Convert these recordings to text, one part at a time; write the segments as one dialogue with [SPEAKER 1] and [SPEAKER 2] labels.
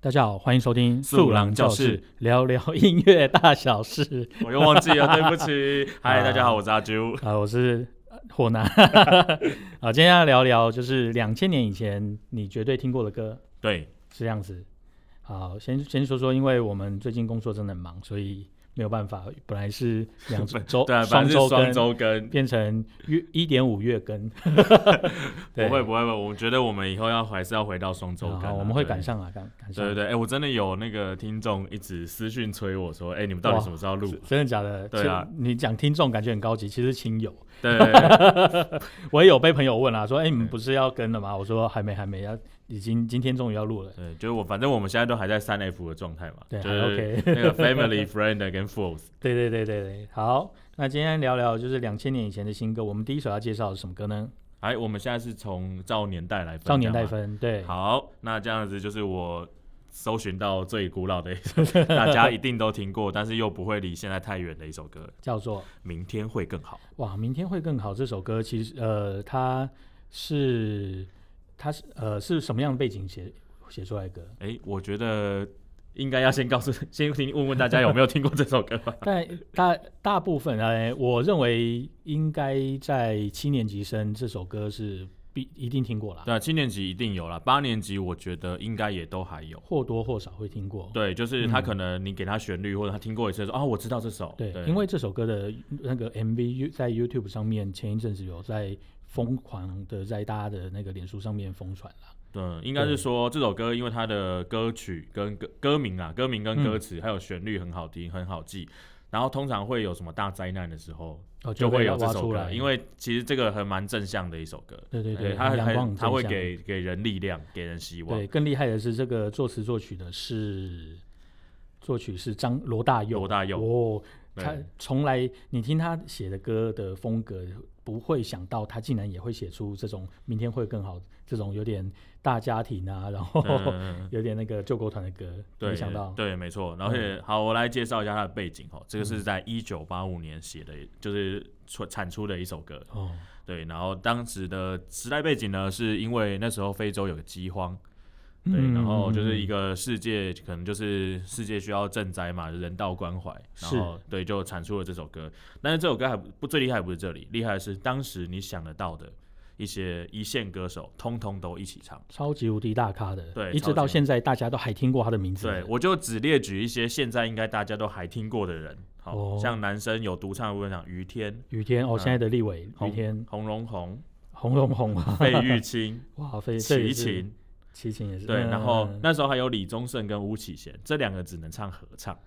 [SPEAKER 1] 大家好，欢迎收听
[SPEAKER 2] 素郎教室，
[SPEAKER 1] 聊聊音乐大小事。
[SPEAKER 2] 我又忘记了，对不起。嗨，大家好，我是阿朱。
[SPEAKER 1] 啊、我是呃火男。 好，今天要聊聊就是两千年以前你绝对听过的歌，
[SPEAKER 2] 对，
[SPEAKER 1] 是这样子。好，先先说说，因为我们最近工作真的很忙，所以没有办法。本来是 两周
[SPEAKER 2] 对，啊反
[SPEAKER 1] 哦双周跟
[SPEAKER 2] 正是双周更。
[SPEAKER 1] 变成月一点五月 更，
[SPEAKER 2] 不会，不会，不会。我觉得我们以后要还是要回到双周更啊
[SPEAKER 1] 好，我们会
[SPEAKER 2] 对
[SPEAKER 1] 赶上啊，赶赶上。
[SPEAKER 2] 对对对，哎、我真的有那个听众一直私讯催我说，哎、你们到底
[SPEAKER 1] 哇
[SPEAKER 2] 什么时候录？
[SPEAKER 1] 真的假的？
[SPEAKER 2] 对啊
[SPEAKER 1] 其实你讲听众感觉很高级，其实亲友。
[SPEAKER 2] 对对对
[SPEAKER 1] 我也有被朋友问啊，说：“哎、你们不是要跟了吗？”我说：“还没，还没，要已经今天终于要录了。
[SPEAKER 2] 对，就是我，反正我们现在都还在三 F 的状态嘛，
[SPEAKER 1] 对
[SPEAKER 2] 就
[SPEAKER 1] 还 OK
[SPEAKER 2] 是那个 family friend 跟 fools。”
[SPEAKER 1] 对对对对对，好，那今天聊聊就是两千年以前的新歌。我们第一首要介绍的是什么歌呢？
[SPEAKER 2] 哎，我们现在是从照年代来分，
[SPEAKER 1] 照年代
[SPEAKER 2] 这样吗。
[SPEAKER 1] 分，对，
[SPEAKER 2] 好，那这样子就是我搜寻到最古老的一 首，大家一定都听过，但是又不会离现在太远的一首歌，《
[SPEAKER 1] 叫做《
[SPEAKER 2] 明天会更好》。
[SPEAKER 1] 哇，明天会更好》这首歌，其实呃，它是它是呃是什么样的背景写写出来的歌？
[SPEAKER 2] 哎，我觉得应该要先告诉， 先听问问大家有没有听过这首歌吧。
[SPEAKER 1] 但大大部分呃，我认为应该在七年级生这首歌是必一定听过啦，
[SPEAKER 2] 对啊，七年级一定有啦，八年级我觉得应该也都还有。
[SPEAKER 1] 或多或少会听过。
[SPEAKER 2] 对，就是他可能你给他旋律，或者他听过一次说，哦，我知道这首。
[SPEAKER 1] 对，因为这首歌的那个 MV 在 YouTube 上面前一阵子有在疯狂的在大家的那个脸书上面疯传啦。
[SPEAKER 2] 嗯，应该是说这首歌，因为它的歌曲跟歌歌名啊，歌名跟歌词、还有旋律很好听，很好记。然后通常会有什么大灾难的时候，
[SPEAKER 1] 哦，
[SPEAKER 2] 就会
[SPEAKER 1] 被
[SPEAKER 2] 有这
[SPEAKER 1] 挖
[SPEAKER 2] 首
[SPEAKER 1] 出
[SPEAKER 2] 歌，
[SPEAKER 1] 来，
[SPEAKER 2] 因为其实这个还蛮正向的一首歌。
[SPEAKER 1] 对对
[SPEAKER 2] 对，它
[SPEAKER 1] 它阳光
[SPEAKER 2] 还
[SPEAKER 1] 很
[SPEAKER 2] 它会
[SPEAKER 1] 正向
[SPEAKER 2] 给给人力量，给人希望。
[SPEAKER 1] 对更厉害的是这个作词作曲的是作曲是张罗大佑，
[SPEAKER 2] 罗大佑
[SPEAKER 1] 哦，
[SPEAKER 2] 对
[SPEAKER 1] 他从来你听他写的歌的风格。不会想到他竟然也会写出这种明天会更好这种有点大家庭啊，然后
[SPEAKER 2] 嗯嗯嗯
[SPEAKER 1] 有点那个救国团的歌，
[SPEAKER 2] 对，
[SPEAKER 1] 没想到嗯
[SPEAKER 2] 对，没错。然后也、好，我来介绍一下它的背景哦。这个是在一九八五年写的，就是出产出的一首歌。
[SPEAKER 1] 哦，
[SPEAKER 2] 对，然后当时的时代背景呢，是因为那时候非洲有个饥荒，对，
[SPEAKER 1] 嗯
[SPEAKER 2] 然后就是
[SPEAKER 1] 嗯
[SPEAKER 2] 一个世界可能就是世界需要赈灾嘛，人道关怀，然后对就产出了这首歌。但是这首歌还不不最厉害不是这里，厉害的是当时你想得到的一些一线歌手，通通都一起唱。
[SPEAKER 1] 超级无敌大咖的，
[SPEAKER 2] 对
[SPEAKER 1] 一直到现在大家都还听过他的名字。
[SPEAKER 2] 对，，我就只列举一些现在应该大家都还听过的人，好、
[SPEAKER 1] 哦
[SPEAKER 2] 像男生有独唱的部分，像于天、
[SPEAKER 1] 雨天哦，
[SPEAKER 2] 嗯
[SPEAKER 1] 现在的立委雨天，
[SPEAKER 2] 洪 荣宏、
[SPEAKER 1] 红红红 啊，、
[SPEAKER 2] 费玉清
[SPEAKER 1] 哇，非这也
[SPEAKER 2] 齐
[SPEAKER 1] 是
[SPEAKER 2] 秦，
[SPEAKER 1] 齐秦也是
[SPEAKER 2] 对，
[SPEAKER 1] 嗯
[SPEAKER 2] 然后
[SPEAKER 1] 嗯
[SPEAKER 2] 那时候还有李宗盛跟巫启贤，这两个只能唱合唱，他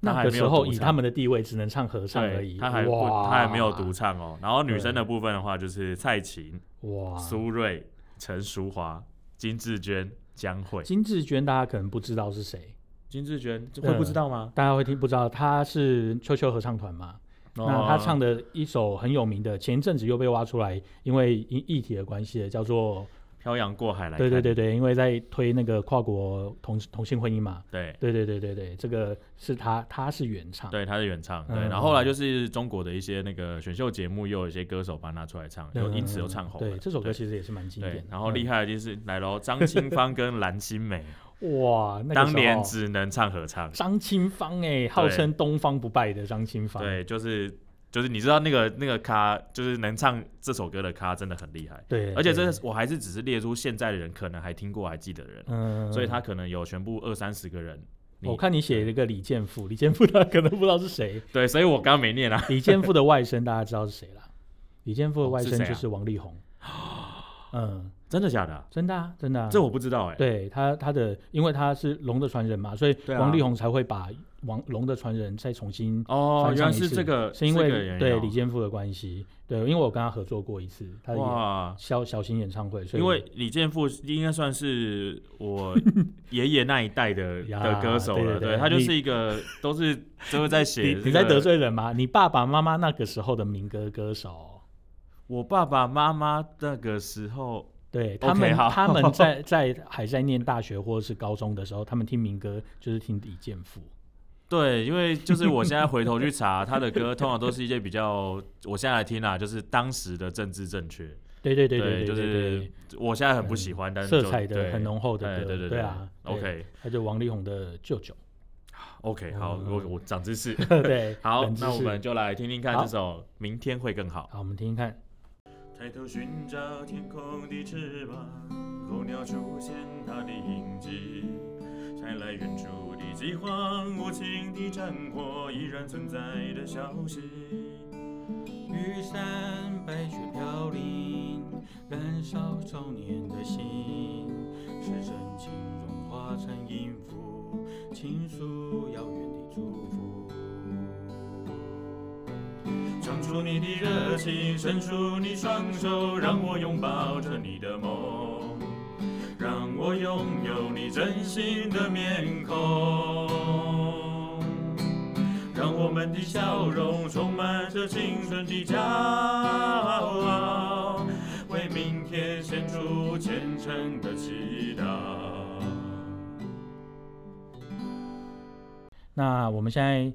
[SPEAKER 1] 那
[SPEAKER 2] 还
[SPEAKER 1] 个
[SPEAKER 2] 没
[SPEAKER 1] 时
[SPEAKER 2] 有
[SPEAKER 1] 候
[SPEAKER 2] 独
[SPEAKER 1] 以
[SPEAKER 2] 唱
[SPEAKER 1] 他们的地位，只能唱合唱而
[SPEAKER 2] 对
[SPEAKER 1] 已，。
[SPEAKER 2] 他还不
[SPEAKER 1] 哇
[SPEAKER 2] 他还没有独唱哦。然后女生
[SPEAKER 1] 对
[SPEAKER 2] 的部分的话，就是蔡琴、
[SPEAKER 1] 哇。
[SPEAKER 2] 苏芮、陈淑华、金志娟、江蕙。
[SPEAKER 1] 金嗯志娟大家可能不知道是谁，
[SPEAKER 2] 金志娟
[SPEAKER 1] 会
[SPEAKER 2] 会
[SPEAKER 1] 不
[SPEAKER 2] 不
[SPEAKER 1] 知
[SPEAKER 2] 知道吗？
[SPEAKER 1] 大家会听不知道，她是秋秋合唱团嘛？
[SPEAKER 2] 哦
[SPEAKER 1] 那她唱的一首很有名的，前一阵子又被挖出来，因为因议题的关系，叫做
[SPEAKER 2] 《漂洋过海来》。
[SPEAKER 1] 对对对对，因为在推那个跨国同同性婚姻嘛，
[SPEAKER 2] 对
[SPEAKER 1] 对对对对对，这个是他，他是原唱。
[SPEAKER 2] 对，他是原唱。对，
[SPEAKER 1] 嗯
[SPEAKER 2] 然后后来就是中国的一些那个选秀节目，又有一些歌手把它拿出来唱，又
[SPEAKER 1] 嗯
[SPEAKER 2] 因此又唱红了。
[SPEAKER 1] 对，这首歌
[SPEAKER 2] 对
[SPEAKER 1] 其实也是蛮经典嗯
[SPEAKER 2] 对
[SPEAKER 1] 的。，
[SPEAKER 2] 然后厉害的就是来喽，张清芳跟蓝心湄，
[SPEAKER 1] 嗯哇， 那个时候
[SPEAKER 2] 当年只能唱合唱。
[SPEAKER 1] 张清芳哎，号称东方不败的张清芳。
[SPEAKER 2] 对，就是就是你知道那个那个咖，就是能唱这首歌的咖真的很厉害，
[SPEAKER 1] 对，
[SPEAKER 2] 而且这
[SPEAKER 1] 对
[SPEAKER 2] 是我还是只是列出现在的人可能还听过还记得的人，
[SPEAKER 1] 嗯，
[SPEAKER 2] 所以他可能有全部二三十个人。你
[SPEAKER 1] 我看你写了一个李健富，李健富 他可能不知道是谁。
[SPEAKER 2] 对，所以我刚刚没念啊。
[SPEAKER 1] 李健富的外甥大家知道是谁啦？李健富的外
[SPEAKER 2] 是
[SPEAKER 1] 甥
[SPEAKER 2] 谁啊
[SPEAKER 1] 就是王力宏。嗯，
[SPEAKER 2] 真的假的啊、
[SPEAKER 1] 真的啊，真的啊。
[SPEAKER 2] 这我不知道哎、
[SPEAKER 1] 对他他的，因为他是龙的传人嘛，所以
[SPEAKER 2] 对啊
[SPEAKER 1] 王力宏才会把王龙的传人再重新
[SPEAKER 2] 哦，
[SPEAKER 1] 翻
[SPEAKER 2] 原
[SPEAKER 1] 唱
[SPEAKER 2] 来
[SPEAKER 1] 一
[SPEAKER 2] 是
[SPEAKER 1] 次
[SPEAKER 2] 这个，
[SPEAKER 1] 是因
[SPEAKER 2] 这
[SPEAKER 1] 为
[SPEAKER 2] 个原因
[SPEAKER 1] 对
[SPEAKER 2] 哦
[SPEAKER 1] 李健富的关系，对，因为我跟他合作过一次，他的演
[SPEAKER 2] 哇，
[SPEAKER 1] 小小型演唱会，所以
[SPEAKER 2] 因为李健富应该算是我爷爷那一代的
[SPEAKER 1] 呀
[SPEAKER 2] 的歌手
[SPEAKER 1] 对
[SPEAKER 2] 了，
[SPEAKER 1] 对对
[SPEAKER 2] 对他就
[SPEAKER 1] 你
[SPEAKER 2] 是一个都是都是在
[SPEAKER 1] 你
[SPEAKER 2] 写
[SPEAKER 1] 你
[SPEAKER 2] 这
[SPEAKER 1] 在
[SPEAKER 2] 个
[SPEAKER 1] 得罪人吗？你爸爸妈妈那个时候的民歌歌手，
[SPEAKER 2] 我爸爸妈妈那个时候
[SPEAKER 1] 对
[SPEAKER 2] OK，
[SPEAKER 1] 他们
[SPEAKER 2] 好
[SPEAKER 1] 他们 在在还在念大学或者是高中的时候，他们听民歌就是听李健富，
[SPEAKER 2] 对，因为就是我现在回头去查他的歌，通常都是一些比较，我现在来听啊，就是当时的政治正确，
[SPEAKER 1] 对对对对
[SPEAKER 2] 就
[SPEAKER 1] 对
[SPEAKER 2] 是
[SPEAKER 1] 对嗯
[SPEAKER 2] 我现在很不喜欢，但是
[SPEAKER 1] 色
[SPEAKER 2] 就
[SPEAKER 1] 彩的
[SPEAKER 2] 对
[SPEAKER 1] 很浓厚的
[SPEAKER 2] 哎
[SPEAKER 1] 歌，
[SPEAKER 2] 对对
[SPEAKER 1] 对啊
[SPEAKER 2] ，OK
[SPEAKER 1] 他就王力宏的舅舅，
[SPEAKER 2] OK，好，
[SPEAKER 1] 嗯
[SPEAKER 2] 我我长知识。
[SPEAKER 1] 对，
[SPEAKER 2] 好
[SPEAKER 1] 冷，知
[SPEAKER 2] 那我
[SPEAKER 1] 识
[SPEAKER 2] 们就来听听看
[SPEAKER 1] 好
[SPEAKER 2] 这首《明天会更好
[SPEAKER 1] 好，我们听听看，》。
[SPEAKER 2] 抬头寻找天空的翅膀，候鸟出现它的影迹，带来远处的饥荒，无情的战火依然存在的消息。
[SPEAKER 3] 雨伞，白雪飘零，燃烧少年的心，是真情融化成音符，倾诉遥远的祝福。
[SPEAKER 2] 唱出你的热情，伸出你双手，让我拥抱着你的梦，让我拥有你真心的面孔，让我们的笑容充满着青春的骄傲，为明天献出虔诚的祈祷。
[SPEAKER 1] 那我们现在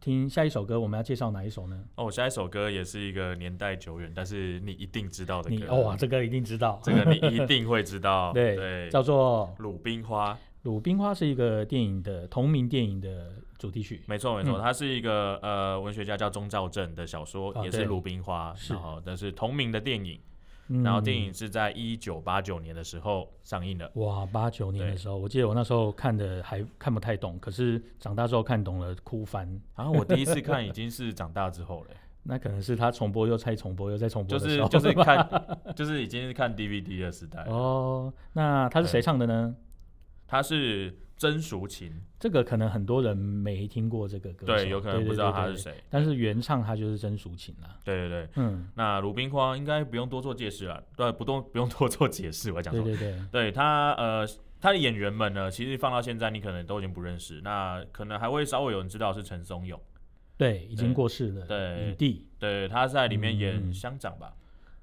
[SPEAKER 1] 听下一首歌，我们要介绍哪一首呢？
[SPEAKER 2] 哦，下一首歌也是一个年代久远，但是你一定知道的
[SPEAKER 1] 你
[SPEAKER 2] 歌。
[SPEAKER 1] 哦，哇，这个一定知道，
[SPEAKER 2] 这个你一定会知道。
[SPEAKER 1] 对，
[SPEAKER 2] 对，
[SPEAKER 1] 叫做《
[SPEAKER 2] 鲁冰花，
[SPEAKER 1] 鲁冰花》，是一个电影的同名电影的主题曲。
[SPEAKER 2] 没错没错，
[SPEAKER 1] 嗯
[SPEAKER 2] 他是一个呃文学家叫钟兆政的小说，
[SPEAKER 1] 啊
[SPEAKER 2] 也是
[SPEAKER 1] 对
[SPEAKER 2] 鲁冰花，
[SPEAKER 1] 是
[SPEAKER 2] 然后但是同名的电影，
[SPEAKER 1] 嗯
[SPEAKER 2] 然后电影是在一九八九年的时候上映的。
[SPEAKER 1] 哇，八九年的
[SPEAKER 2] 对
[SPEAKER 1] 时候，我记得我那时候看的还看不太懂，可是长大之后看懂了，哭翻。
[SPEAKER 2] 然后我第一次看已经是长大之后了，欸
[SPEAKER 1] 那可能是他重播又再重播又再重播
[SPEAKER 2] 就
[SPEAKER 1] 的时
[SPEAKER 2] 是
[SPEAKER 1] 候，
[SPEAKER 2] 就是看就是已经是看 DVD 的时代了。
[SPEAKER 1] 哦，那他是谁唱的呢？
[SPEAKER 2] 他是真淑琴，
[SPEAKER 1] 这个可能很多人没听过这个歌手，
[SPEAKER 2] 对，有可能不知道他是
[SPEAKER 1] 对。对对对
[SPEAKER 2] 谁。
[SPEAKER 1] 但是原唱他就是曾淑琴啦。
[SPEAKER 2] 对对对，
[SPEAKER 1] 嗯，
[SPEAKER 2] 那鲁冰花应该不用多做解释了，对，不动不用多做解释，我在讲
[SPEAKER 1] 对
[SPEAKER 2] 说，
[SPEAKER 1] 对对，
[SPEAKER 2] 对他呃他的演员们呢，其实放到现在你可能都已经不认识，那可能还会稍微有人知道是陈松勇，
[SPEAKER 1] 对，已经
[SPEAKER 2] 对
[SPEAKER 1] 过世了，
[SPEAKER 2] 对
[SPEAKER 1] 影帝，
[SPEAKER 2] 对，他在里面演
[SPEAKER 1] 嗯
[SPEAKER 2] 乡长吧，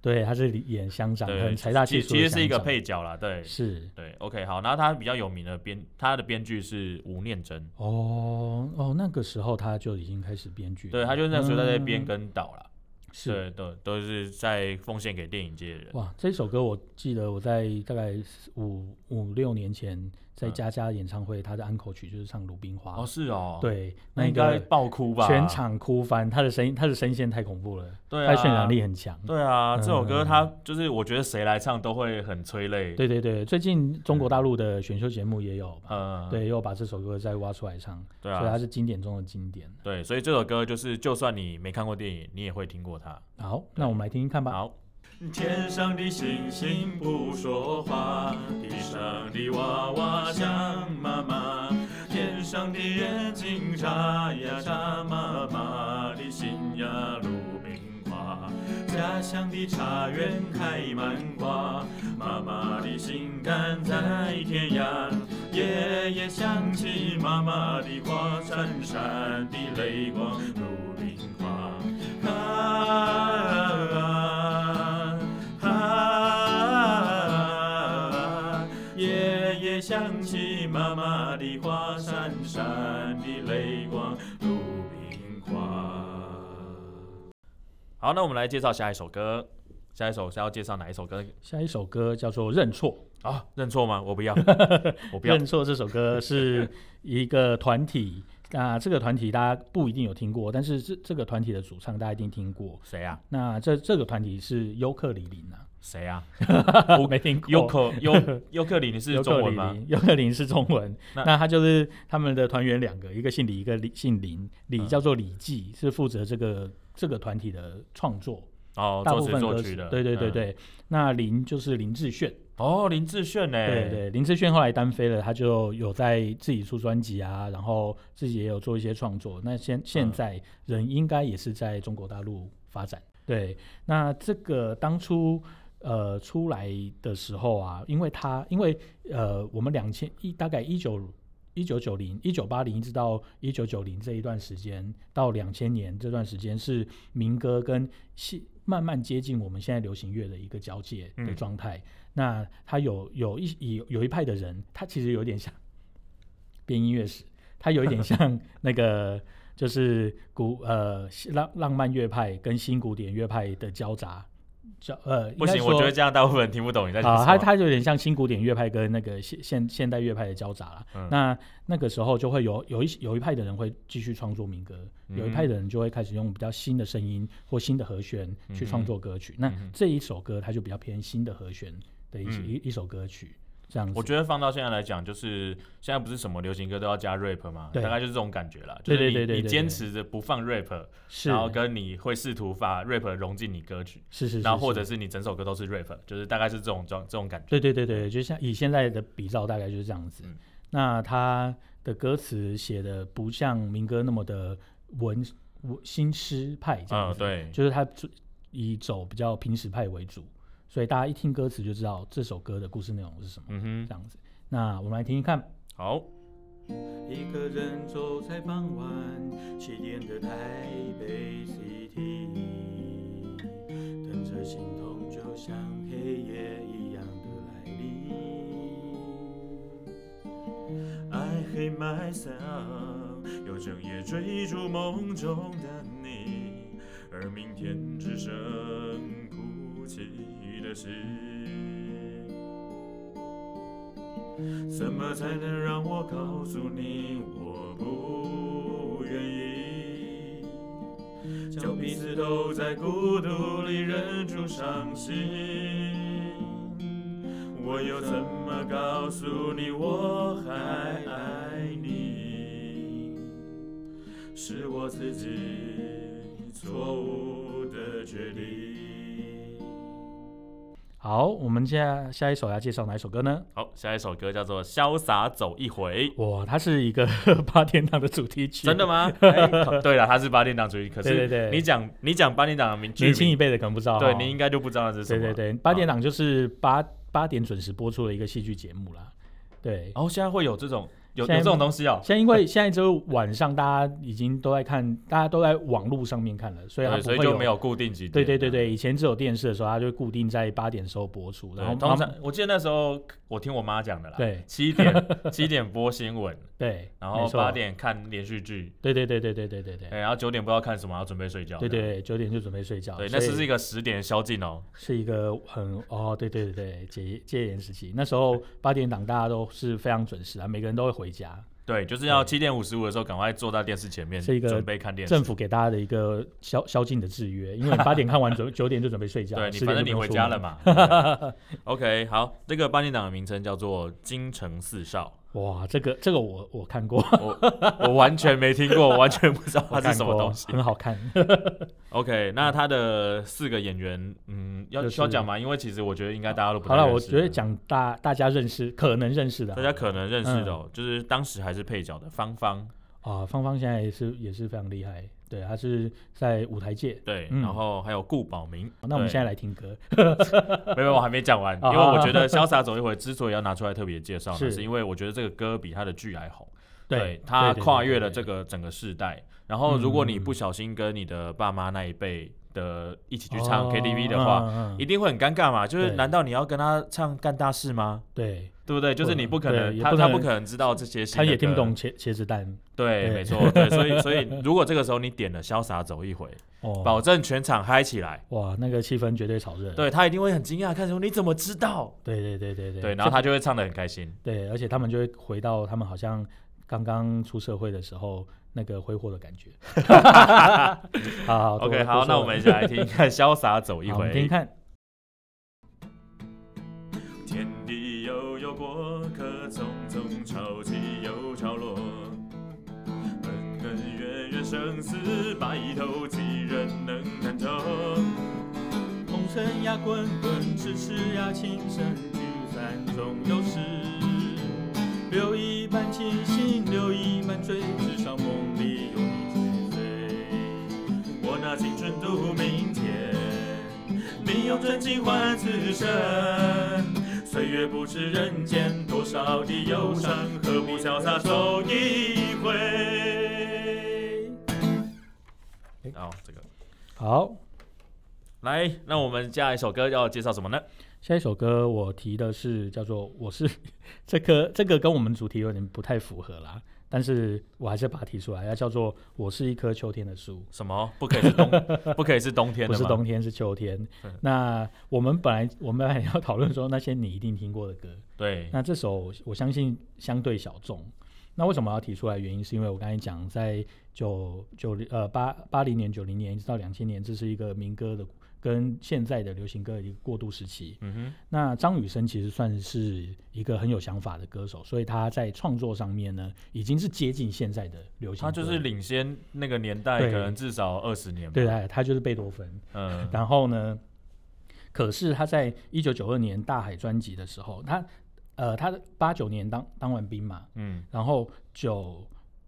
[SPEAKER 1] 对，他是演乡长，
[SPEAKER 2] 对，
[SPEAKER 1] 很财大
[SPEAKER 2] 其
[SPEAKER 1] 气
[SPEAKER 2] 实
[SPEAKER 1] 粗，
[SPEAKER 2] 其实是一个，配角啦，对
[SPEAKER 1] 是
[SPEAKER 2] 对，OK 好，然后他比较有名的编，他的编剧是吴念真，
[SPEAKER 1] 哦哦，那个时候他就已经开始编剧了，
[SPEAKER 2] 对，他就是那时候在
[SPEAKER 1] 嗯
[SPEAKER 2] 编跟导啦，
[SPEAKER 1] 是
[SPEAKER 2] 对，都都是在奉献给电影界的人，
[SPEAKER 1] 哇，这首歌我记得我在大概五五六年前在
[SPEAKER 2] 嗯
[SPEAKER 1] 佳佳演唱会，他的安口曲就是唱《鲁冰花
[SPEAKER 2] 哦》，是哦，，
[SPEAKER 1] 对，
[SPEAKER 2] 那
[SPEAKER 1] 那
[SPEAKER 2] 应该
[SPEAKER 1] 个
[SPEAKER 2] 爆哭吧，
[SPEAKER 1] 全场哭翻，他的声音他的声线太恐怖了，
[SPEAKER 2] 对
[SPEAKER 1] 他
[SPEAKER 2] 啊，
[SPEAKER 1] 渲染力很强。
[SPEAKER 2] 对啊，这首歌
[SPEAKER 1] 嗯
[SPEAKER 2] 它就是我觉得谁来唱都会很催泪。，
[SPEAKER 1] 对对对，最近中国大陆的选秀节目也有吧，
[SPEAKER 2] 呃，
[SPEAKER 1] 对，也有把这首歌再挖出来唱，
[SPEAKER 2] 对
[SPEAKER 1] 所以它
[SPEAKER 2] 啊，
[SPEAKER 1] 是经典中的经典。
[SPEAKER 2] 对，所以这首歌就是就算你没看过电影，你也会听过它。
[SPEAKER 1] 好，那我们来听听看吧。
[SPEAKER 2] 好。天上的星星不说话，地上的娃娃想妈妈。天上的眼睛眨呀眨，妈妈的心呀鲁冰花。家乡的茶园开满花，妈妈的心肝在天涯。夜夜想起妈妈的话，闪闪的泪光鲁冰花。啊啊啊！夜夜想起妈妈的话，闪闪的泪光，鲁冰花。好，那我们来介绍下一首歌。下一首是要介绍哪一首歌
[SPEAKER 1] 下一首歌叫做《认错》，
[SPEAKER 2] 啊？认错吗？我 不要，我不要
[SPEAKER 1] 认。错这首歌是一个团体， 那这个团体大家不一定有听过，但是这这个团体的主唱大家一定听过。
[SPEAKER 2] 谁啊？
[SPEAKER 1] 那这这个团体是尤克里林 啊，
[SPEAKER 2] 谁啊？
[SPEAKER 1] 我没听过。
[SPEAKER 2] 尤克 尤尤克里里是
[SPEAKER 1] 尤
[SPEAKER 2] 中
[SPEAKER 1] 克
[SPEAKER 2] 文
[SPEAKER 1] 里
[SPEAKER 2] 吗？
[SPEAKER 1] 林，尤克林是中文。
[SPEAKER 2] 那
[SPEAKER 1] 那他就是他们的团员两个，一个姓李，一个李姓林。李
[SPEAKER 2] 嗯
[SPEAKER 1] 叫做李记，是负责这个这个团体的创作，
[SPEAKER 2] 哦，
[SPEAKER 1] 大
[SPEAKER 2] 作
[SPEAKER 1] 部
[SPEAKER 2] 词
[SPEAKER 1] 分
[SPEAKER 2] 作
[SPEAKER 1] 歌
[SPEAKER 2] 曲的。
[SPEAKER 1] 对对对
[SPEAKER 2] 嗯。
[SPEAKER 1] 对。那林就是林志炫，
[SPEAKER 2] 哦，林志炫呢？
[SPEAKER 1] 对对，林志炫后来单飞了，他就有在自己出专辑啊，然后自己也有做一些创作。那现现在人应该也是在中国大陆发展。对，那这个当初呃出来的时候啊，因为他因为呃我们两千一大概一九。一九九零、一九八零一直到一九九零这一段时间，到两千年这段时间是民歌跟西慢慢接近我们现在流行乐的一个交界的
[SPEAKER 2] 嗯
[SPEAKER 1] 状态。那他有有一有有一派的人，他其实有点像编音乐史，他有一 点像那个就是古呃西浪浪漫乐派跟新古典乐派的交杂叫呃，
[SPEAKER 2] 不行，我觉得这样大部分人听不懂你在讲
[SPEAKER 1] 啊，
[SPEAKER 2] 什
[SPEAKER 1] 它
[SPEAKER 2] 么。
[SPEAKER 1] 它有点像新古典乐派跟那个现现现代乐派的交杂啦。
[SPEAKER 2] 嗯
[SPEAKER 1] 那那个时候就会有有一有一派的人会继续创作民歌，有一派
[SPEAKER 2] 嗯
[SPEAKER 1] 的人就会开始用比较新的声音或新的和弦去创作歌曲。
[SPEAKER 2] 嗯
[SPEAKER 1] 那
[SPEAKER 2] 哼
[SPEAKER 1] 这一首歌它就比较偏新的和弦的一、
[SPEAKER 2] 嗯
[SPEAKER 1] 一一首歌曲，这样子。
[SPEAKER 2] 我觉得放到现在来讲，就是现在不是什么流行歌都要加 rap 吗？
[SPEAKER 1] 对
[SPEAKER 2] 大概就是这种感觉啦。
[SPEAKER 1] 对对
[SPEAKER 2] 就是
[SPEAKER 1] 对
[SPEAKER 2] 你
[SPEAKER 1] 对对
[SPEAKER 2] 你
[SPEAKER 1] 对
[SPEAKER 2] 坚持着不放 rap，
[SPEAKER 1] 是
[SPEAKER 2] 然后跟你会试图把 rap 融进你歌曲，
[SPEAKER 1] 是是是，
[SPEAKER 2] 然后或
[SPEAKER 1] 是
[SPEAKER 2] 者是你整首歌都是 rap，就是大概是这种状这种感觉。
[SPEAKER 1] 对对对对，就像以现在的比照，大概就是这样子。
[SPEAKER 2] 嗯
[SPEAKER 1] 那他的歌词写的不像民歌那么的文文新诗派这样
[SPEAKER 2] 嗯，
[SPEAKER 1] 子，
[SPEAKER 2] 对，
[SPEAKER 1] 就是他就以走比较平实派为主，所以大家一听歌词就知道这首歌的故事内容是什么、
[SPEAKER 2] 嗯
[SPEAKER 1] 这样子。那我们来听听看，
[SPEAKER 2] 哼，好，
[SPEAKER 3] 一个人走在傍晚起点的台北 City，等着心痛，就像黑夜一样的来临。I hate myself，要整夜追逐梦中的你，而明天只剩哭泣的事。怎么才能让我告诉你我不愿意？叫彼此都在孤独里忍住伤心。我又怎么告诉你我还爱你？是我自己错误的决定。
[SPEAKER 1] 好，我们现在下一首要介绍哪一首歌呢？
[SPEAKER 2] 好，下一首歌叫做《潇洒走一回》。
[SPEAKER 1] 哇，它是一个 八天堂的主题曲，
[SPEAKER 2] 真的？吗？ 哎对了，他是八点档主义，可
[SPEAKER 1] 对对
[SPEAKER 2] 是
[SPEAKER 1] 对
[SPEAKER 2] 你讲你讲八点档的名剧
[SPEAKER 1] 年轻一
[SPEAKER 2] 名，
[SPEAKER 1] 辈的可能不知道哦，
[SPEAKER 2] 对你应该就不知道那是什
[SPEAKER 1] 对
[SPEAKER 2] 么。
[SPEAKER 1] 对对，八点档就是八八点准时播出的一个戏剧节目啦。对，
[SPEAKER 2] 然后现在会有这种有有
[SPEAKER 1] 现在
[SPEAKER 2] 这种东西哦，
[SPEAKER 1] 现在因 为现在就是晚上，大家已经都在看，大家都在网络上面看了，所以它
[SPEAKER 2] 对，
[SPEAKER 1] 啊不
[SPEAKER 2] 所
[SPEAKER 1] 会
[SPEAKER 2] 以就没。有固定几点。
[SPEAKER 1] 对对对对，以前只有电视的时候，它就会固定在八点的时候播出，
[SPEAKER 2] 对。
[SPEAKER 1] 然后
[SPEAKER 2] 通
[SPEAKER 1] 慢
[SPEAKER 2] 常我记得那时候我听我妈讲的啦，
[SPEAKER 1] 对
[SPEAKER 2] 七点七点播新闻，
[SPEAKER 1] 对，
[SPEAKER 2] 然后
[SPEAKER 1] 没错
[SPEAKER 2] 八，点看连续剧，
[SPEAKER 1] 对对对对对对对对
[SPEAKER 2] 哎然后九点不知道看什么，要准备睡觉。
[SPEAKER 1] 对对对，九点就准备睡觉。
[SPEAKER 2] 对，
[SPEAKER 1] 所
[SPEAKER 2] 那
[SPEAKER 1] 以
[SPEAKER 2] 是是一个十点的宵禁哦。
[SPEAKER 1] 是一个很哦，对对对对，戒戒严时期，那时候八点档大家都是非常准时啊，每个人都会回家，
[SPEAKER 2] 对，就是要
[SPEAKER 1] 对
[SPEAKER 2] 七点五十五的时候赶快坐到电视前面，
[SPEAKER 1] 是一个
[SPEAKER 2] 准备看电视
[SPEAKER 1] 政。府给大家的一个宵宵禁的制约，因为你八点看完九九点就准备睡觉，
[SPEAKER 2] 对你，
[SPEAKER 1] 10
[SPEAKER 2] 反正
[SPEAKER 1] 点
[SPEAKER 2] 你
[SPEAKER 1] 就不
[SPEAKER 2] 回
[SPEAKER 1] 用出
[SPEAKER 2] 家
[SPEAKER 1] 门
[SPEAKER 2] 了。嘛。对不对 OK，好，这个八点档的名称叫做《京城四少
[SPEAKER 1] 哇，这个这个我我看过，》，
[SPEAKER 2] 我我完全没听过，我完全不知道
[SPEAKER 1] 我
[SPEAKER 2] 它
[SPEAKER 1] 看
[SPEAKER 2] 是什么
[SPEAKER 1] 过
[SPEAKER 2] 东西。
[SPEAKER 1] 很好看。
[SPEAKER 2] OK，那他的四个演员，嗯，要
[SPEAKER 1] 嗯就
[SPEAKER 2] 需要
[SPEAKER 1] 是
[SPEAKER 2] 讲吗？因为其实我觉得应该大家都不
[SPEAKER 1] 好
[SPEAKER 2] 太
[SPEAKER 1] 了，
[SPEAKER 2] 认
[SPEAKER 1] 我
[SPEAKER 2] 识
[SPEAKER 1] 觉得讲大大家认识可能认识的好嗯
[SPEAKER 2] 大
[SPEAKER 1] 了，
[SPEAKER 2] 家可能认识的、哦，就是当时还是配角的芳芳，
[SPEAKER 1] 啊，芳芳现在也是也是非常厉害，对，她是在舞台界。
[SPEAKER 2] 对，
[SPEAKER 1] 嗯
[SPEAKER 2] 然后还有顾宝明。
[SPEAKER 1] 那我们
[SPEAKER 2] 对
[SPEAKER 1] 现在来听歌，
[SPEAKER 2] 没有，我还没讲 完，因
[SPEAKER 1] 哦
[SPEAKER 2] 为
[SPEAKER 1] 好
[SPEAKER 2] 我觉得《潇洒走一回》之所以要拿出来特别介绍呢，
[SPEAKER 1] 是
[SPEAKER 2] 是因为我觉得这个歌比他的剧还红。
[SPEAKER 1] 对，
[SPEAKER 2] 他
[SPEAKER 1] 对对
[SPEAKER 2] 跨
[SPEAKER 1] 对
[SPEAKER 2] 越
[SPEAKER 1] 对
[SPEAKER 2] 了这
[SPEAKER 1] 对
[SPEAKER 2] 个整个世代。然后，如果你
[SPEAKER 1] 嗯
[SPEAKER 2] 不小心跟你的爸妈那一辈的一起去唱
[SPEAKER 1] 哦
[SPEAKER 2] KTV 的话，
[SPEAKER 1] 嗯嗯
[SPEAKER 2] 一定会很尴尬嘛。就是
[SPEAKER 1] 对
[SPEAKER 2] 难道你要跟他唱干大事吗？
[SPEAKER 1] 对，
[SPEAKER 2] 对不对？就是你不可
[SPEAKER 1] 对
[SPEAKER 2] 能，
[SPEAKER 1] 也
[SPEAKER 2] 他
[SPEAKER 1] 不
[SPEAKER 2] 他
[SPEAKER 1] 能
[SPEAKER 2] 不可能知道这些新
[SPEAKER 1] 他
[SPEAKER 2] 的歌，
[SPEAKER 1] 也听不懂茄茄子蛋
[SPEAKER 2] 对，
[SPEAKER 1] 对
[SPEAKER 2] 没错，对，所以 所以如果这个时候你点了《潇洒走一回》，
[SPEAKER 1] 哦，
[SPEAKER 2] 保证全场嗨起来，
[SPEAKER 1] 哇，那个气氛绝对炒热，
[SPEAKER 2] 对他一定会很惊讶，看说你怎么知道？
[SPEAKER 1] 对对对对对
[SPEAKER 2] 对，然后他就会唱的很 开心。
[SPEAKER 1] 对，而且他们就会回到他们好像刚刚出社会的时候那个挥霍的感觉。好好
[SPEAKER 2] OK，
[SPEAKER 1] 多
[SPEAKER 2] 好，
[SPEAKER 1] 多说
[SPEAKER 2] 那我们一起 来听一看《潇洒走一
[SPEAKER 1] 好我
[SPEAKER 2] 回
[SPEAKER 1] 们》。听听看，
[SPEAKER 3] 天地悠悠过客，匆匆潮起又潮落。恩恩怨怨生死白头，几人能看透？红尘呀滚滚，世事呀情深聚散总有时。留一半清醒，留一半醉，至少梦里有你追随。我拿青春赌明天。你用真情换此生，岁月不知人间多少的忧伤，何不潇洒走一回？
[SPEAKER 2] 哦，这个
[SPEAKER 1] 好，
[SPEAKER 2] 来，那我们下一首歌要介绍什么呢？
[SPEAKER 1] 下一首歌我提的是叫做《我是 这个这个跟我们主题有点不太符合啦，但是我还是把它提出来，它叫做《我是一棵秋天的树》。
[SPEAKER 2] 什么不可以是 冬，不可以是冬天
[SPEAKER 1] 不
[SPEAKER 2] 的
[SPEAKER 1] 是
[SPEAKER 2] 吗？
[SPEAKER 1] 冬天，是秋天。 那我们本来我们还要讨论说那些你一定听过的歌，
[SPEAKER 2] 对，
[SPEAKER 1] 那这首我相信相对小众。那为什么要提出来？原因是因为我刚才讲，在九九零呃八八零年、九零年一直到两千年，这是一个民歌的跟现在的流行歌的一个过渡时期。
[SPEAKER 2] 嗯哼，
[SPEAKER 1] 那张雨生其实算是一个很有想法的歌手，所以他在创作上面呢，已经是接近现在的流行
[SPEAKER 2] 他
[SPEAKER 1] 歌。
[SPEAKER 2] 就是领先那个年代，
[SPEAKER 1] 对
[SPEAKER 2] 可能至少二十年吧。
[SPEAKER 1] 对，他他就是贝多芬。
[SPEAKER 2] 嗯，
[SPEAKER 1] 然后呢，可是他在一九九二年大海专辑的时候，他呃，他八九年当当完兵嘛，
[SPEAKER 2] 嗯，
[SPEAKER 1] 然后九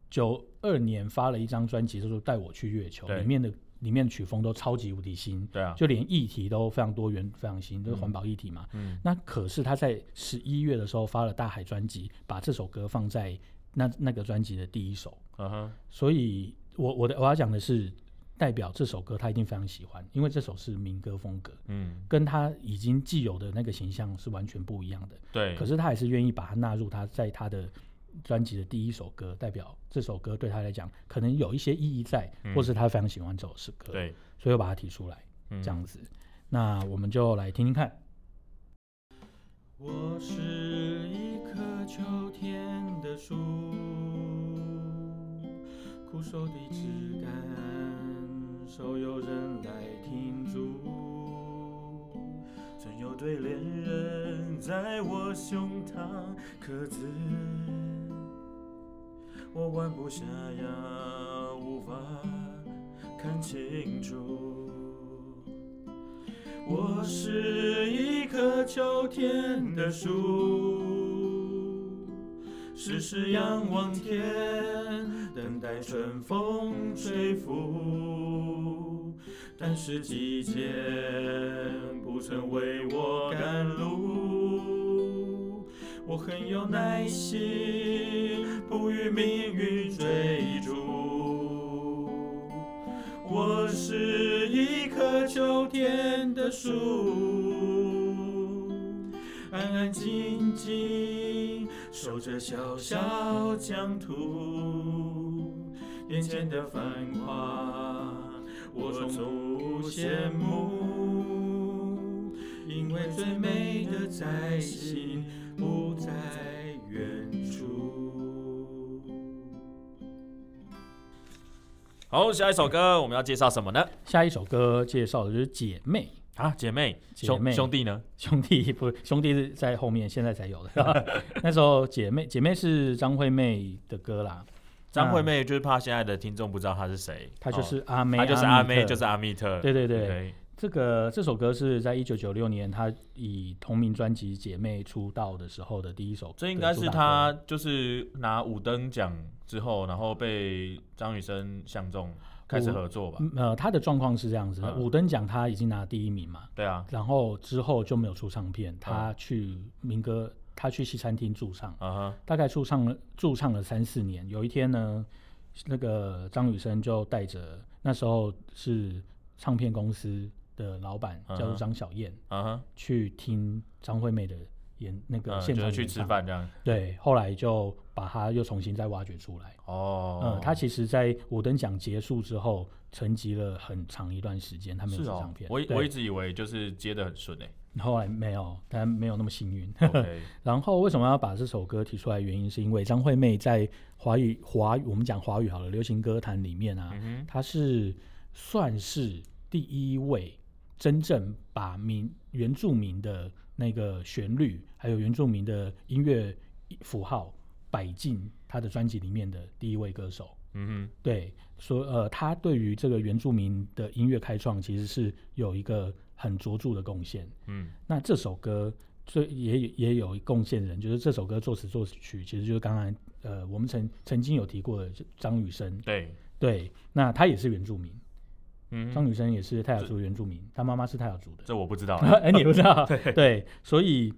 [SPEAKER 1] 九二年发了一张专辑，就是《带我去月球》，
[SPEAKER 2] 对
[SPEAKER 1] 里面的里面的曲风都超级无敌新，
[SPEAKER 2] 对啊，
[SPEAKER 1] 就连议题都非常多元、非常新，都是
[SPEAKER 2] 嗯
[SPEAKER 1] 环保议题嘛。
[SPEAKER 2] 嗯，
[SPEAKER 1] 那可是他在十一月的时候发了大海专辑，把这首歌放在那那个专辑的第一首，
[SPEAKER 2] 嗯哼，
[SPEAKER 1] 所以我我的我要讲的是，代表这首歌他一定非常喜欢，因为这首是民歌风格，
[SPEAKER 2] 嗯，
[SPEAKER 1] 跟他已经既有的那个形象是完全不一样的。
[SPEAKER 2] 对，
[SPEAKER 1] 可是他还是愿意把它纳入他在他的专辑的第一首歌，代表这首歌对他来讲可能有一些意义在，
[SPEAKER 2] 嗯
[SPEAKER 1] 或是他非常喜欢这首诗歌，，
[SPEAKER 2] 对，
[SPEAKER 1] 所以我把它提出来
[SPEAKER 2] 嗯
[SPEAKER 1] 这，样子。那我们就来听听看。
[SPEAKER 3] 我是一棵秋天的树，枯瘦的枝干，少有人来停驻。曾有对恋人在我胸膛刻字，我弯不下腰，无法看清楚。我是一棵秋天的树，时时仰望天，等待春风吹拂。但是季节不曾为我赶路，我很有耐心，不与命运追逐。我是一棵秋天的树，安安静静守着小小疆土，眼前的繁华我从不羡慕，因为最美的在心，不在远处。
[SPEAKER 2] 好，下一首歌我们要介绍什么呢？
[SPEAKER 1] 下一首歌介绍的就是《姐妹
[SPEAKER 2] 啊，姐妹，啊
[SPEAKER 1] 姐
[SPEAKER 2] 兄
[SPEAKER 1] 妹
[SPEAKER 2] 兄弟呢？》，
[SPEAKER 1] 兄弟不兄弟是在后面，现在才有 的。那时候姐妹姐妹是张惠妹的歌啦，
[SPEAKER 2] 张惠
[SPEAKER 1] 那
[SPEAKER 2] 妹就是怕现在的听众不知道她是谁，
[SPEAKER 1] 她就
[SPEAKER 2] 哦
[SPEAKER 1] 是阿妹，
[SPEAKER 2] 她就是阿妹，
[SPEAKER 1] 特
[SPEAKER 2] 就是阿密特，
[SPEAKER 1] 对对对。
[SPEAKER 2] 对，
[SPEAKER 1] 这个这首歌是在一九九六年，她以同名专辑《姐妹》出道的时候的第一首，
[SPEAKER 2] 这应该是她就是拿五灯奖之后，然后被张雨生相中，开始
[SPEAKER 1] 五
[SPEAKER 2] 合作吧。
[SPEAKER 1] 嗯呃，她的状况是这样子的，
[SPEAKER 2] 嗯
[SPEAKER 1] 五等奖她已经拿第一名嘛，
[SPEAKER 2] 对啊，
[SPEAKER 1] 然后之后就没有出唱片，她去民歌，她去西餐厅驻唱，
[SPEAKER 2] 啊哈，
[SPEAKER 1] 大概驻唱了驻唱了三四年。有一天呢，那个张雨生就带着那时候是唱片公司的老板
[SPEAKER 2] 嗯哼
[SPEAKER 1] 叫做张小燕
[SPEAKER 2] 啊哈，
[SPEAKER 1] 去听张惠妹的演那个
[SPEAKER 2] 嗯，
[SPEAKER 1] 现
[SPEAKER 2] 就
[SPEAKER 1] 场
[SPEAKER 2] 是去
[SPEAKER 1] 演
[SPEAKER 2] 吃
[SPEAKER 1] 唱。
[SPEAKER 2] 饭这样。
[SPEAKER 1] 对，后来就把它又重新再挖掘出来。
[SPEAKER 2] 哦
[SPEAKER 1] 嗯，，他其实，在五等奖结束之后，沉寂了很长一段时间，他没有
[SPEAKER 2] 是
[SPEAKER 1] 出
[SPEAKER 2] 哦
[SPEAKER 1] 唱片。，
[SPEAKER 2] 我以
[SPEAKER 1] 对
[SPEAKER 2] 我一直以为就是接的很顺诶。欸
[SPEAKER 1] 后来没有，但没有那么幸运。
[SPEAKER 2] OK，
[SPEAKER 1] 然后为什么要把这首歌提出来？原因是因为张惠妹在华语华语我们讲华语好了，流行歌坛里面啊，
[SPEAKER 2] 嗯哼，
[SPEAKER 1] 她是算是第一位真正把民原住民的那个旋律，还有原住民的音乐符号摆进她的专辑里面的第一位歌手。
[SPEAKER 2] 嗯
[SPEAKER 1] 对，所呃，他对于这个原住民的音乐开创，其实是有一个很卓著的贡献。
[SPEAKER 2] 哼，嗯，
[SPEAKER 1] 那这首歌最也也有贡献人，就是这首歌作词作曲，其实就是刚刚呃我们曾曾经有提过的张雨生，
[SPEAKER 2] 对，
[SPEAKER 1] 对，那他也是原住民，
[SPEAKER 2] 嗯
[SPEAKER 1] 张
[SPEAKER 2] 哼，
[SPEAKER 1] 雨生也是泰雅族原住民，他妈妈是泰雅族的，。
[SPEAKER 2] 这我不知道
[SPEAKER 1] 哎、你不知道？对所以，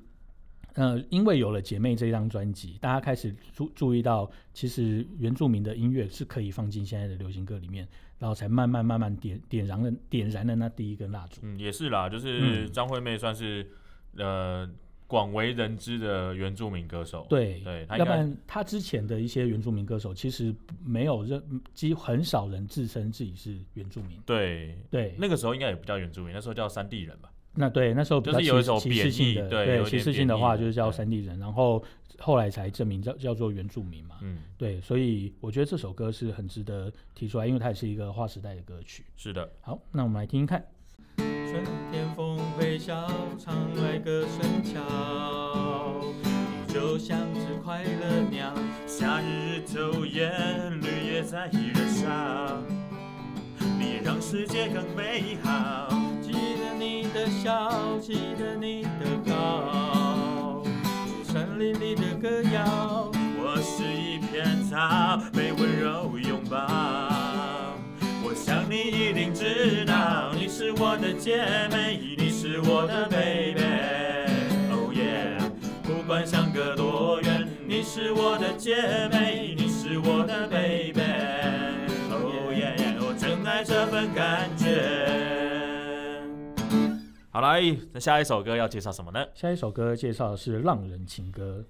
[SPEAKER 1] 呃，因为有了《姐妹》这张专辑，大家开始注注意到，其实原住民的音乐是可以放进现在的流行歌里面，然后才慢慢慢慢点点燃了点燃了那第一根蜡烛。
[SPEAKER 2] 嗯，也是啦，就是
[SPEAKER 1] 嗯
[SPEAKER 2] 张惠妹算是呃广为人知的原住民歌手。
[SPEAKER 1] 对，
[SPEAKER 2] 对他应
[SPEAKER 1] 要不
[SPEAKER 2] 该
[SPEAKER 1] 然他之前的一些原住民歌手，其实没有认，几乎很少人自称自己是原住民。
[SPEAKER 2] 对
[SPEAKER 1] 对，那
[SPEAKER 2] 那个时候应该也不叫原住民，那时候叫山地人吧。
[SPEAKER 1] 对那时候比
[SPEAKER 2] 就
[SPEAKER 1] 较
[SPEAKER 2] 是有一
[SPEAKER 1] 歧
[SPEAKER 2] 种
[SPEAKER 1] 歧
[SPEAKER 2] 贬
[SPEAKER 1] 视
[SPEAKER 2] 义
[SPEAKER 1] 性的，
[SPEAKER 2] 对
[SPEAKER 1] 对
[SPEAKER 2] 有一
[SPEAKER 1] 歧
[SPEAKER 2] 点
[SPEAKER 1] 视性
[SPEAKER 2] 贬
[SPEAKER 1] 的
[SPEAKER 2] 义
[SPEAKER 1] 话
[SPEAKER 2] 的
[SPEAKER 1] 就是叫
[SPEAKER 2] 对
[SPEAKER 1] 山地人，然后后来才证明叫叫做原住民嘛。
[SPEAKER 2] 嗯，
[SPEAKER 1] 对，所以我觉得这首歌是很值得提出来，因为它也是一个划时代的歌曲。
[SPEAKER 2] 是的，
[SPEAKER 1] 好，那我们来听听看。
[SPEAKER 3] 春天风飞啸，常来个声俏，你就像只快乐鸟，夏日头眼，绿叶在燃烧，你让世界更美好。记得你的笑，记得你的好，是森林里的歌谣。我是一片草，被温柔拥抱。我想你一定知道，你是我的姐妹，你是我的 baby。Oh yeah，不管相隔多远，你是我的姐妹，你是我的 baby。Oh yeah，我真爱这份感觉。
[SPEAKER 2] 好来，那下一首歌要介绍什么呢？
[SPEAKER 1] 下一首歌介绍的是《浪人情歌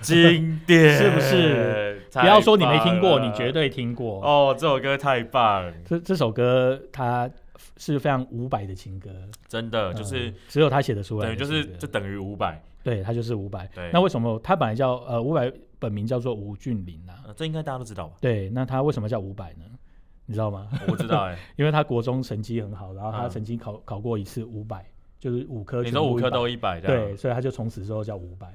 [SPEAKER 2] 经典
[SPEAKER 1] 是不是？》，不要说你没听过，你绝
[SPEAKER 2] 得。
[SPEAKER 1] 对听过。
[SPEAKER 2] 哦，这首歌太棒，
[SPEAKER 1] 这这首歌它是非常伍佰的情歌，
[SPEAKER 2] 真的就是
[SPEAKER 1] 嗯只有他写得出来
[SPEAKER 2] 等于
[SPEAKER 1] 的
[SPEAKER 2] 就
[SPEAKER 1] 情歌，
[SPEAKER 2] 是这等于五百，
[SPEAKER 1] 对他就是伍佰
[SPEAKER 2] 对。
[SPEAKER 1] 那为什么他本来叫呃伍佰本名叫做吴俊霖啊？
[SPEAKER 2] 呃这应该大家都知道 吧？
[SPEAKER 1] 对，那他为什么叫伍佰呢？你知道吗？
[SPEAKER 2] 我不知道哎，
[SPEAKER 1] 因为他国中成绩很好，然后他
[SPEAKER 2] 嗯
[SPEAKER 1] 曾经考考过一次五百，就是五科，
[SPEAKER 2] 你说五科都一百这
[SPEAKER 1] 对，
[SPEAKER 2] 样，
[SPEAKER 1] 所以他就从此之后叫伍佰。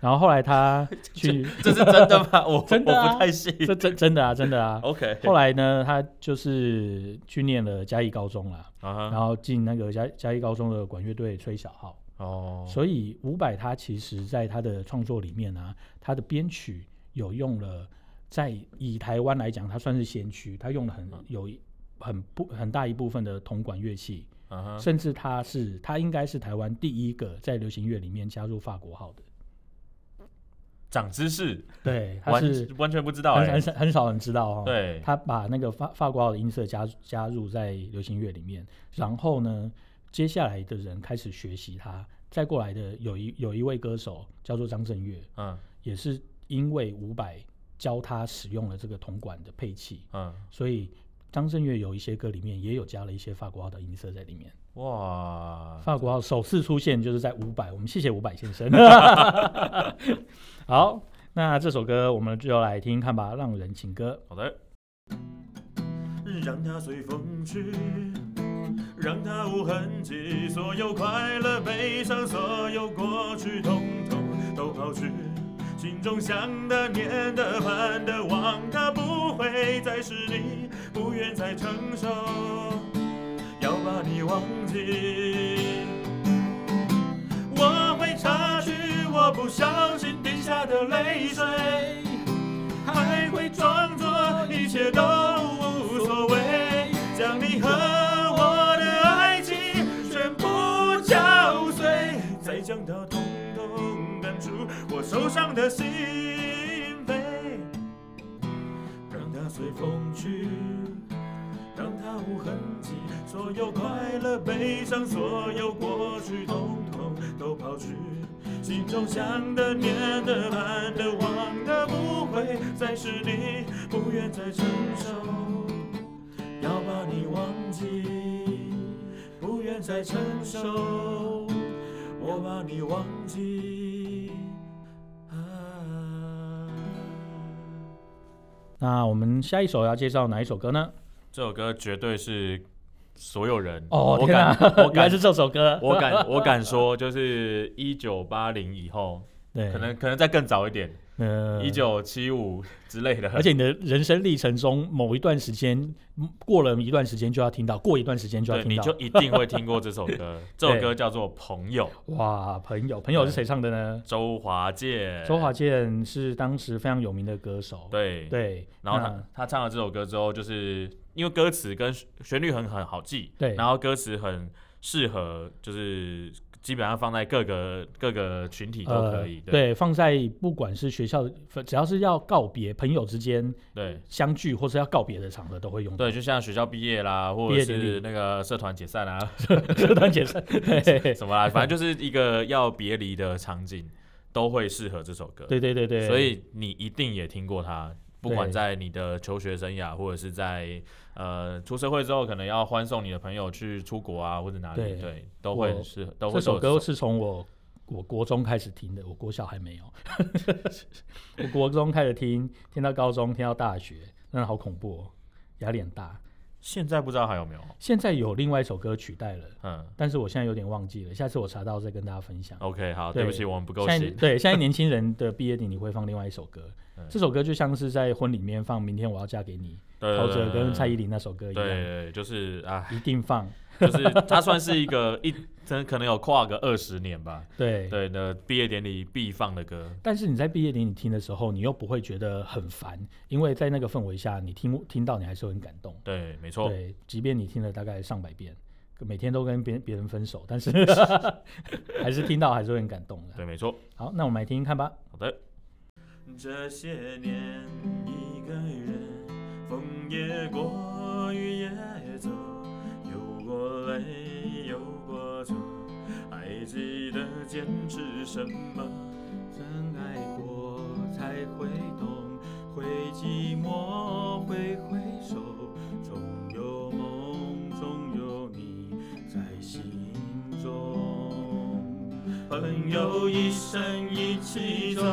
[SPEAKER 1] 然后后来他去，
[SPEAKER 2] 这是真的 吗？我
[SPEAKER 1] 真的啊
[SPEAKER 2] 我不太信。
[SPEAKER 1] 这真真的啊，真的啊。
[SPEAKER 2] OK，
[SPEAKER 1] 后来呢，他就是去念了嘉义高中啦，
[SPEAKER 2] 啊哈
[SPEAKER 1] 然后进那个嘉嘉义高中的管乐队吹小号。
[SPEAKER 2] 哦，
[SPEAKER 1] 所以伍佰他其实在他的创作里面啊，他的编曲有用了，在以台湾来讲，他算是先驱，他用了很
[SPEAKER 2] 嗯
[SPEAKER 1] 有一很不很大一部分的铜管乐器，
[SPEAKER 2] 啊哈
[SPEAKER 1] 甚至他是他应该是台湾第一个在流行乐里面加入法国号的，
[SPEAKER 2] 长知识，
[SPEAKER 1] 对，他
[SPEAKER 2] 完
[SPEAKER 1] 是
[SPEAKER 2] 完全不知道
[SPEAKER 1] 很
[SPEAKER 2] 哎
[SPEAKER 1] 很，少很少人知道哦。
[SPEAKER 2] 对，
[SPEAKER 1] 他把那个法法国号的音色加加入在流行乐里面，然后呢，接下来的人开始学习他。再过来的有一有一位歌手叫做张震岳，
[SPEAKER 2] 嗯
[SPEAKER 1] 也是因为伍佰教他使用了这个铜管的配器，
[SPEAKER 2] 嗯，
[SPEAKER 1] 所以张震岳有一些歌里面也有加了一些法国号的音色在里面。
[SPEAKER 2] 哇，
[SPEAKER 1] 法国号首次出现就是在伍佰，我们谢谢伍佰先生。 好，那这首歌我们就来听听看吧，《浪人情歌
[SPEAKER 2] 好的，
[SPEAKER 3] 让它随风去，让它无痕迹，所有快乐、悲伤，所有过去，统统都抛去。心中想的、念的、盼的、望的，不会再是你，不愿再承受，要把你忘记。我会擦去我不小心滴下的泪水。还会装作一切都无所谓，将你和我的爱情全部搅碎，再将它统统赶出我受伤的心扉，让它随风去。让它无痕迹，所有快乐、悲伤，所有过去，统统都抛去。心中想的、念的、盼的、望的，不会再是你，不愿再承受，要把你忘记，不愿再承受，我把你忘记。啊》。Ah.
[SPEAKER 1] 那我们下一首要介绍哪一首歌呢？
[SPEAKER 2] 这首歌绝对是所有人
[SPEAKER 1] 哦，
[SPEAKER 2] 我
[SPEAKER 1] 天
[SPEAKER 2] 敢
[SPEAKER 1] 啊，
[SPEAKER 2] 我
[SPEAKER 1] 原来
[SPEAKER 2] 敢
[SPEAKER 1] 是这首歌。
[SPEAKER 2] 我敢我敢说，就是一九八零以后，
[SPEAKER 1] 对，
[SPEAKER 2] 可能可能再更早一点，
[SPEAKER 1] 呃
[SPEAKER 2] 一九七五之类的，
[SPEAKER 1] 而且你的人生历程中某一段时间，嗯过了一段时间就要听到，过一段时间就要
[SPEAKER 2] 对，
[SPEAKER 1] 听
[SPEAKER 2] 你
[SPEAKER 1] 到。
[SPEAKER 2] 就一定会听过这首 歌。这首歌叫做《朋友》，
[SPEAKER 1] 哇，朋友，朋友是谁唱的呢？
[SPEAKER 2] 周华健。
[SPEAKER 1] 周华健是当时非常有名的歌手。
[SPEAKER 2] 对，
[SPEAKER 1] 对，
[SPEAKER 2] 然后
[SPEAKER 1] 那
[SPEAKER 2] 他他唱了这首歌之后，就是因为歌词跟旋旋律很很好记，
[SPEAKER 1] 对
[SPEAKER 2] 然后歌词很适合，就是基本上放在各个各个群体都
[SPEAKER 1] 呃
[SPEAKER 2] 可以。对
[SPEAKER 1] 对，放在不管是学校，只要是要告别朋友之间
[SPEAKER 2] 对
[SPEAKER 1] 相聚或是要告别的场合，都会用到。
[SPEAKER 2] 对，就像学校毕业啦，或
[SPEAKER 1] 毕
[SPEAKER 2] 者
[SPEAKER 1] 业典
[SPEAKER 2] 是
[SPEAKER 1] 礼
[SPEAKER 2] 那个社团解散啊，
[SPEAKER 1] 社团解 散，对
[SPEAKER 2] 什么啦，反正就是一个要别离的场景，都会适合这首歌。
[SPEAKER 1] 对对对对，
[SPEAKER 2] 所以你一定也听过它，不管
[SPEAKER 1] 对
[SPEAKER 2] 在你的求学生涯，或者是在呃出社会之后，可能要欢送你的朋友去出国啊，或者哪里，对，
[SPEAKER 1] 对
[SPEAKER 2] 都会
[SPEAKER 1] 我
[SPEAKER 2] 是都会
[SPEAKER 1] 这首
[SPEAKER 2] 都有
[SPEAKER 1] 歌是从我我国中开始听的，我国小还没有， 我国中开始听，听到高中，听到大学，真的好恐怖、哦，压力很大。
[SPEAKER 2] 现在不知道还有没有，
[SPEAKER 1] 现在有另外一首歌取代了，
[SPEAKER 2] 嗯
[SPEAKER 1] 但是我现在有点忘记了，下次我查到再跟大家分享。
[SPEAKER 2] ，OK，好，对
[SPEAKER 1] 对
[SPEAKER 2] 不起，我哦们不够
[SPEAKER 1] 现在
[SPEAKER 2] 新，
[SPEAKER 1] 对现在年轻人的毕业典礼会放另外一首歌
[SPEAKER 2] 嗯，
[SPEAKER 1] 这首歌就像是在婚礼里面放《明天我要嫁给你》，
[SPEAKER 2] 对
[SPEAKER 1] 陶
[SPEAKER 2] 对
[SPEAKER 1] 喆
[SPEAKER 2] 对
[SPEAKER 1] 跟蔡依
[SPEAKER 2] 对
[SPEAKER 1] 林那首歌一
[SPEAKER 2] 呃对
[SPEAKER 1] 样，
[SPEAKER 2] 对，就是啊，
[SPEAKER 1] 一定放。
[SPEAKER 2] 就是它算是一个一，真可能有跨个二十年吧，
[SPEAKER 1] 对，
[SPEAKER 2] 对，那毕业典礼必放的歌，
[SPEAKER 1] 但是你在毕业典礼听的时候，你又不会觉得很烦，因为在那个氛围下，你听听到你还是会很感动。
[SPEAKER 2] 对，没错，
[SPEAKER 1] 对，即便你听了大概上百遍，每天都跟别别人分手，但 是还是听到还是会很感动的。
[SPEAKER 2] 对，没错，
[SPEAKER 1] 好，那我们来听听看吧。
[SPEAKER 2] 好的，
[SPEAKER 3] 这些年，一个人，风也过，雨也走，有过泪，有过愁，还记得坚持什么？曾爱过，才会懂，会寂寞，会回首，总有梦，总有你在心中。朋友一生一起走，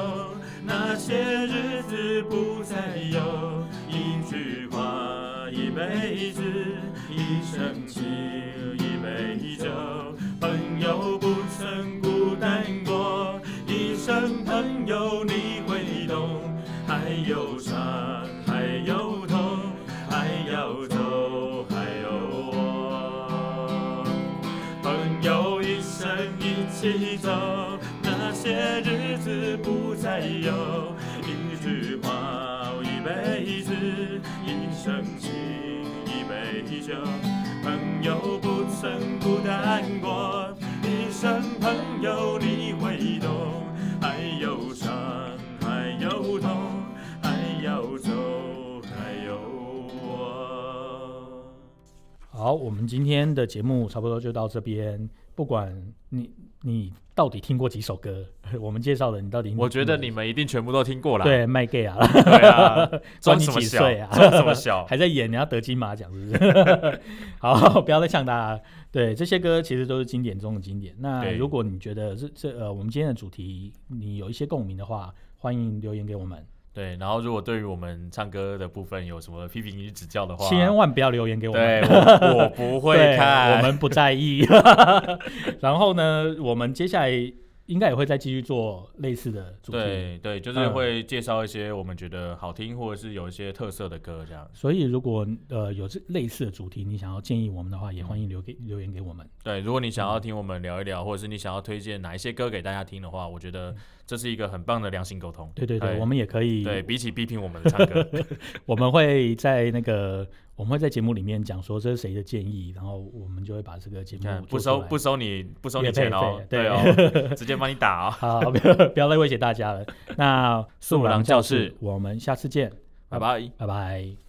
[SPEAKER 3] 那些日子不再有。一句话，一辈子，一生情，一杯酒。朋友不曾孤单过，一生朋友你会懂。还有伤，还有痛，还要走，还有我。朋友一生一起走，那些日子不再有。一句话，一辈子，一生情，一杯酒。朋友不曾孤单过，一生朋友你会懂。还有伤，还有痛，还要走，还有我。
[SPEAKER 1] 好，我们今天的节目差不多就到这边。不管你你到底听过几首歌， 我们介绍的你到底
[SPEAKER 2] 我觉得
[SPEAKER 1] 听
[SPEAKER 2] 你们一定全部都听过
[SPEAKER 1] 过
[SPEAKER 2] 啦，
[SPEAKER 1] 对卖 gay 啊，
[SPEAKER 2] 对啊，
[SPEAKER 1] 管
[SPEAKER 2] 装
[SPEAKER 1] 你
[SPEAKER 2] 什么
[SPEAKER 1] 几
[SPEAKER 2] 小
[SPEAKER 1] 岁 啊，
[SPEAKER 2] 装什么小？
[SPEAKER 1] 还在演你要得金马奖是不是？ 好，不要再呛他了。对，这些歌其实都是经典中的经典。那
[SPEAKER 2] 对
[SPEAKER 1] 如果你觉得这这呃我们今天的主题你有一些共鸣的话，欢迎留言给我们，
[SPEAKER 2] 对，然后如果对于我们唱歌的部分有什么批评与指教的话，
[SPEAKER 1] 千万不要留言给我们
[SPEAKER 2] 对。我我不会
[SPEAKER 1] 对
[SPEAKER 2] 看，
[SPEAKER 1] 我们不在意。 然后呢，我们接下来应该也会再继续做类似的主题。
[SPEAKER 2] 对对，就是
[SPEAKER 1] 嗯
[SPEAKER 2] 会介绍一些我们觉得好听或者是有一些特色的歌这样。
[SPEAKER 1] 所以，如果呃有这类似的主题，你想要建议我们的话，也
[SPEAKER 2] 嗯
[SPEAKER 1] 欢迎留给留言给我们。
[SPEAKER 2] 对，如果你想要听我们聊一
[SPEAKER 1] 嗯
[SPEAKER 2] 聊，或者是你想要推荐哪一些歌给大家听的话，我觉得这是一个很棒的良性沟通。
[SPEAKER 1] 对对对，
[SPEAKER 2] 对
[SPEAKER 1] 我们也可以，
[SPEAKER 2] 对比起批评我们的唱 歌，
[SPEAKER 1] 我们会在那个我们会在节目里面讲说这是谁的建议，然后我们就会把这个节目
[SPEAKER 2] 你看
[SPEAKER 1] 做
[SPEAKER 2] 哎不
[SPEAKER 1] 出
[SPEAKER 2] 收
[SPEAKER 1] 来
[SPEAKER 2] 不收你不收你
[SPEAKER 1] 业配
[SPEAKER 2] 钱哦
[SPEAKER 1] 费，
[SPEAKER 2] 对
[SPEAKER 1] 对
[SPEAKER 2] 哦， 直接帮 你打哦。
[SPEAKER 1] 好，不要不要再威胁大家了。那
[SPEAKER 2] 素
[SPEAKER 1] 素
[SPEAKER 2] 郎
[SPEAKER 1] 郎
[SPEAKER 2] 教
[SPEAKER 1] 教
[SPEAKER 2] 室
[SPEAKER 1] 室，我们下次见，
[SPEAKER 2] 拜拜。
[SPEAKER 1] 拜拜。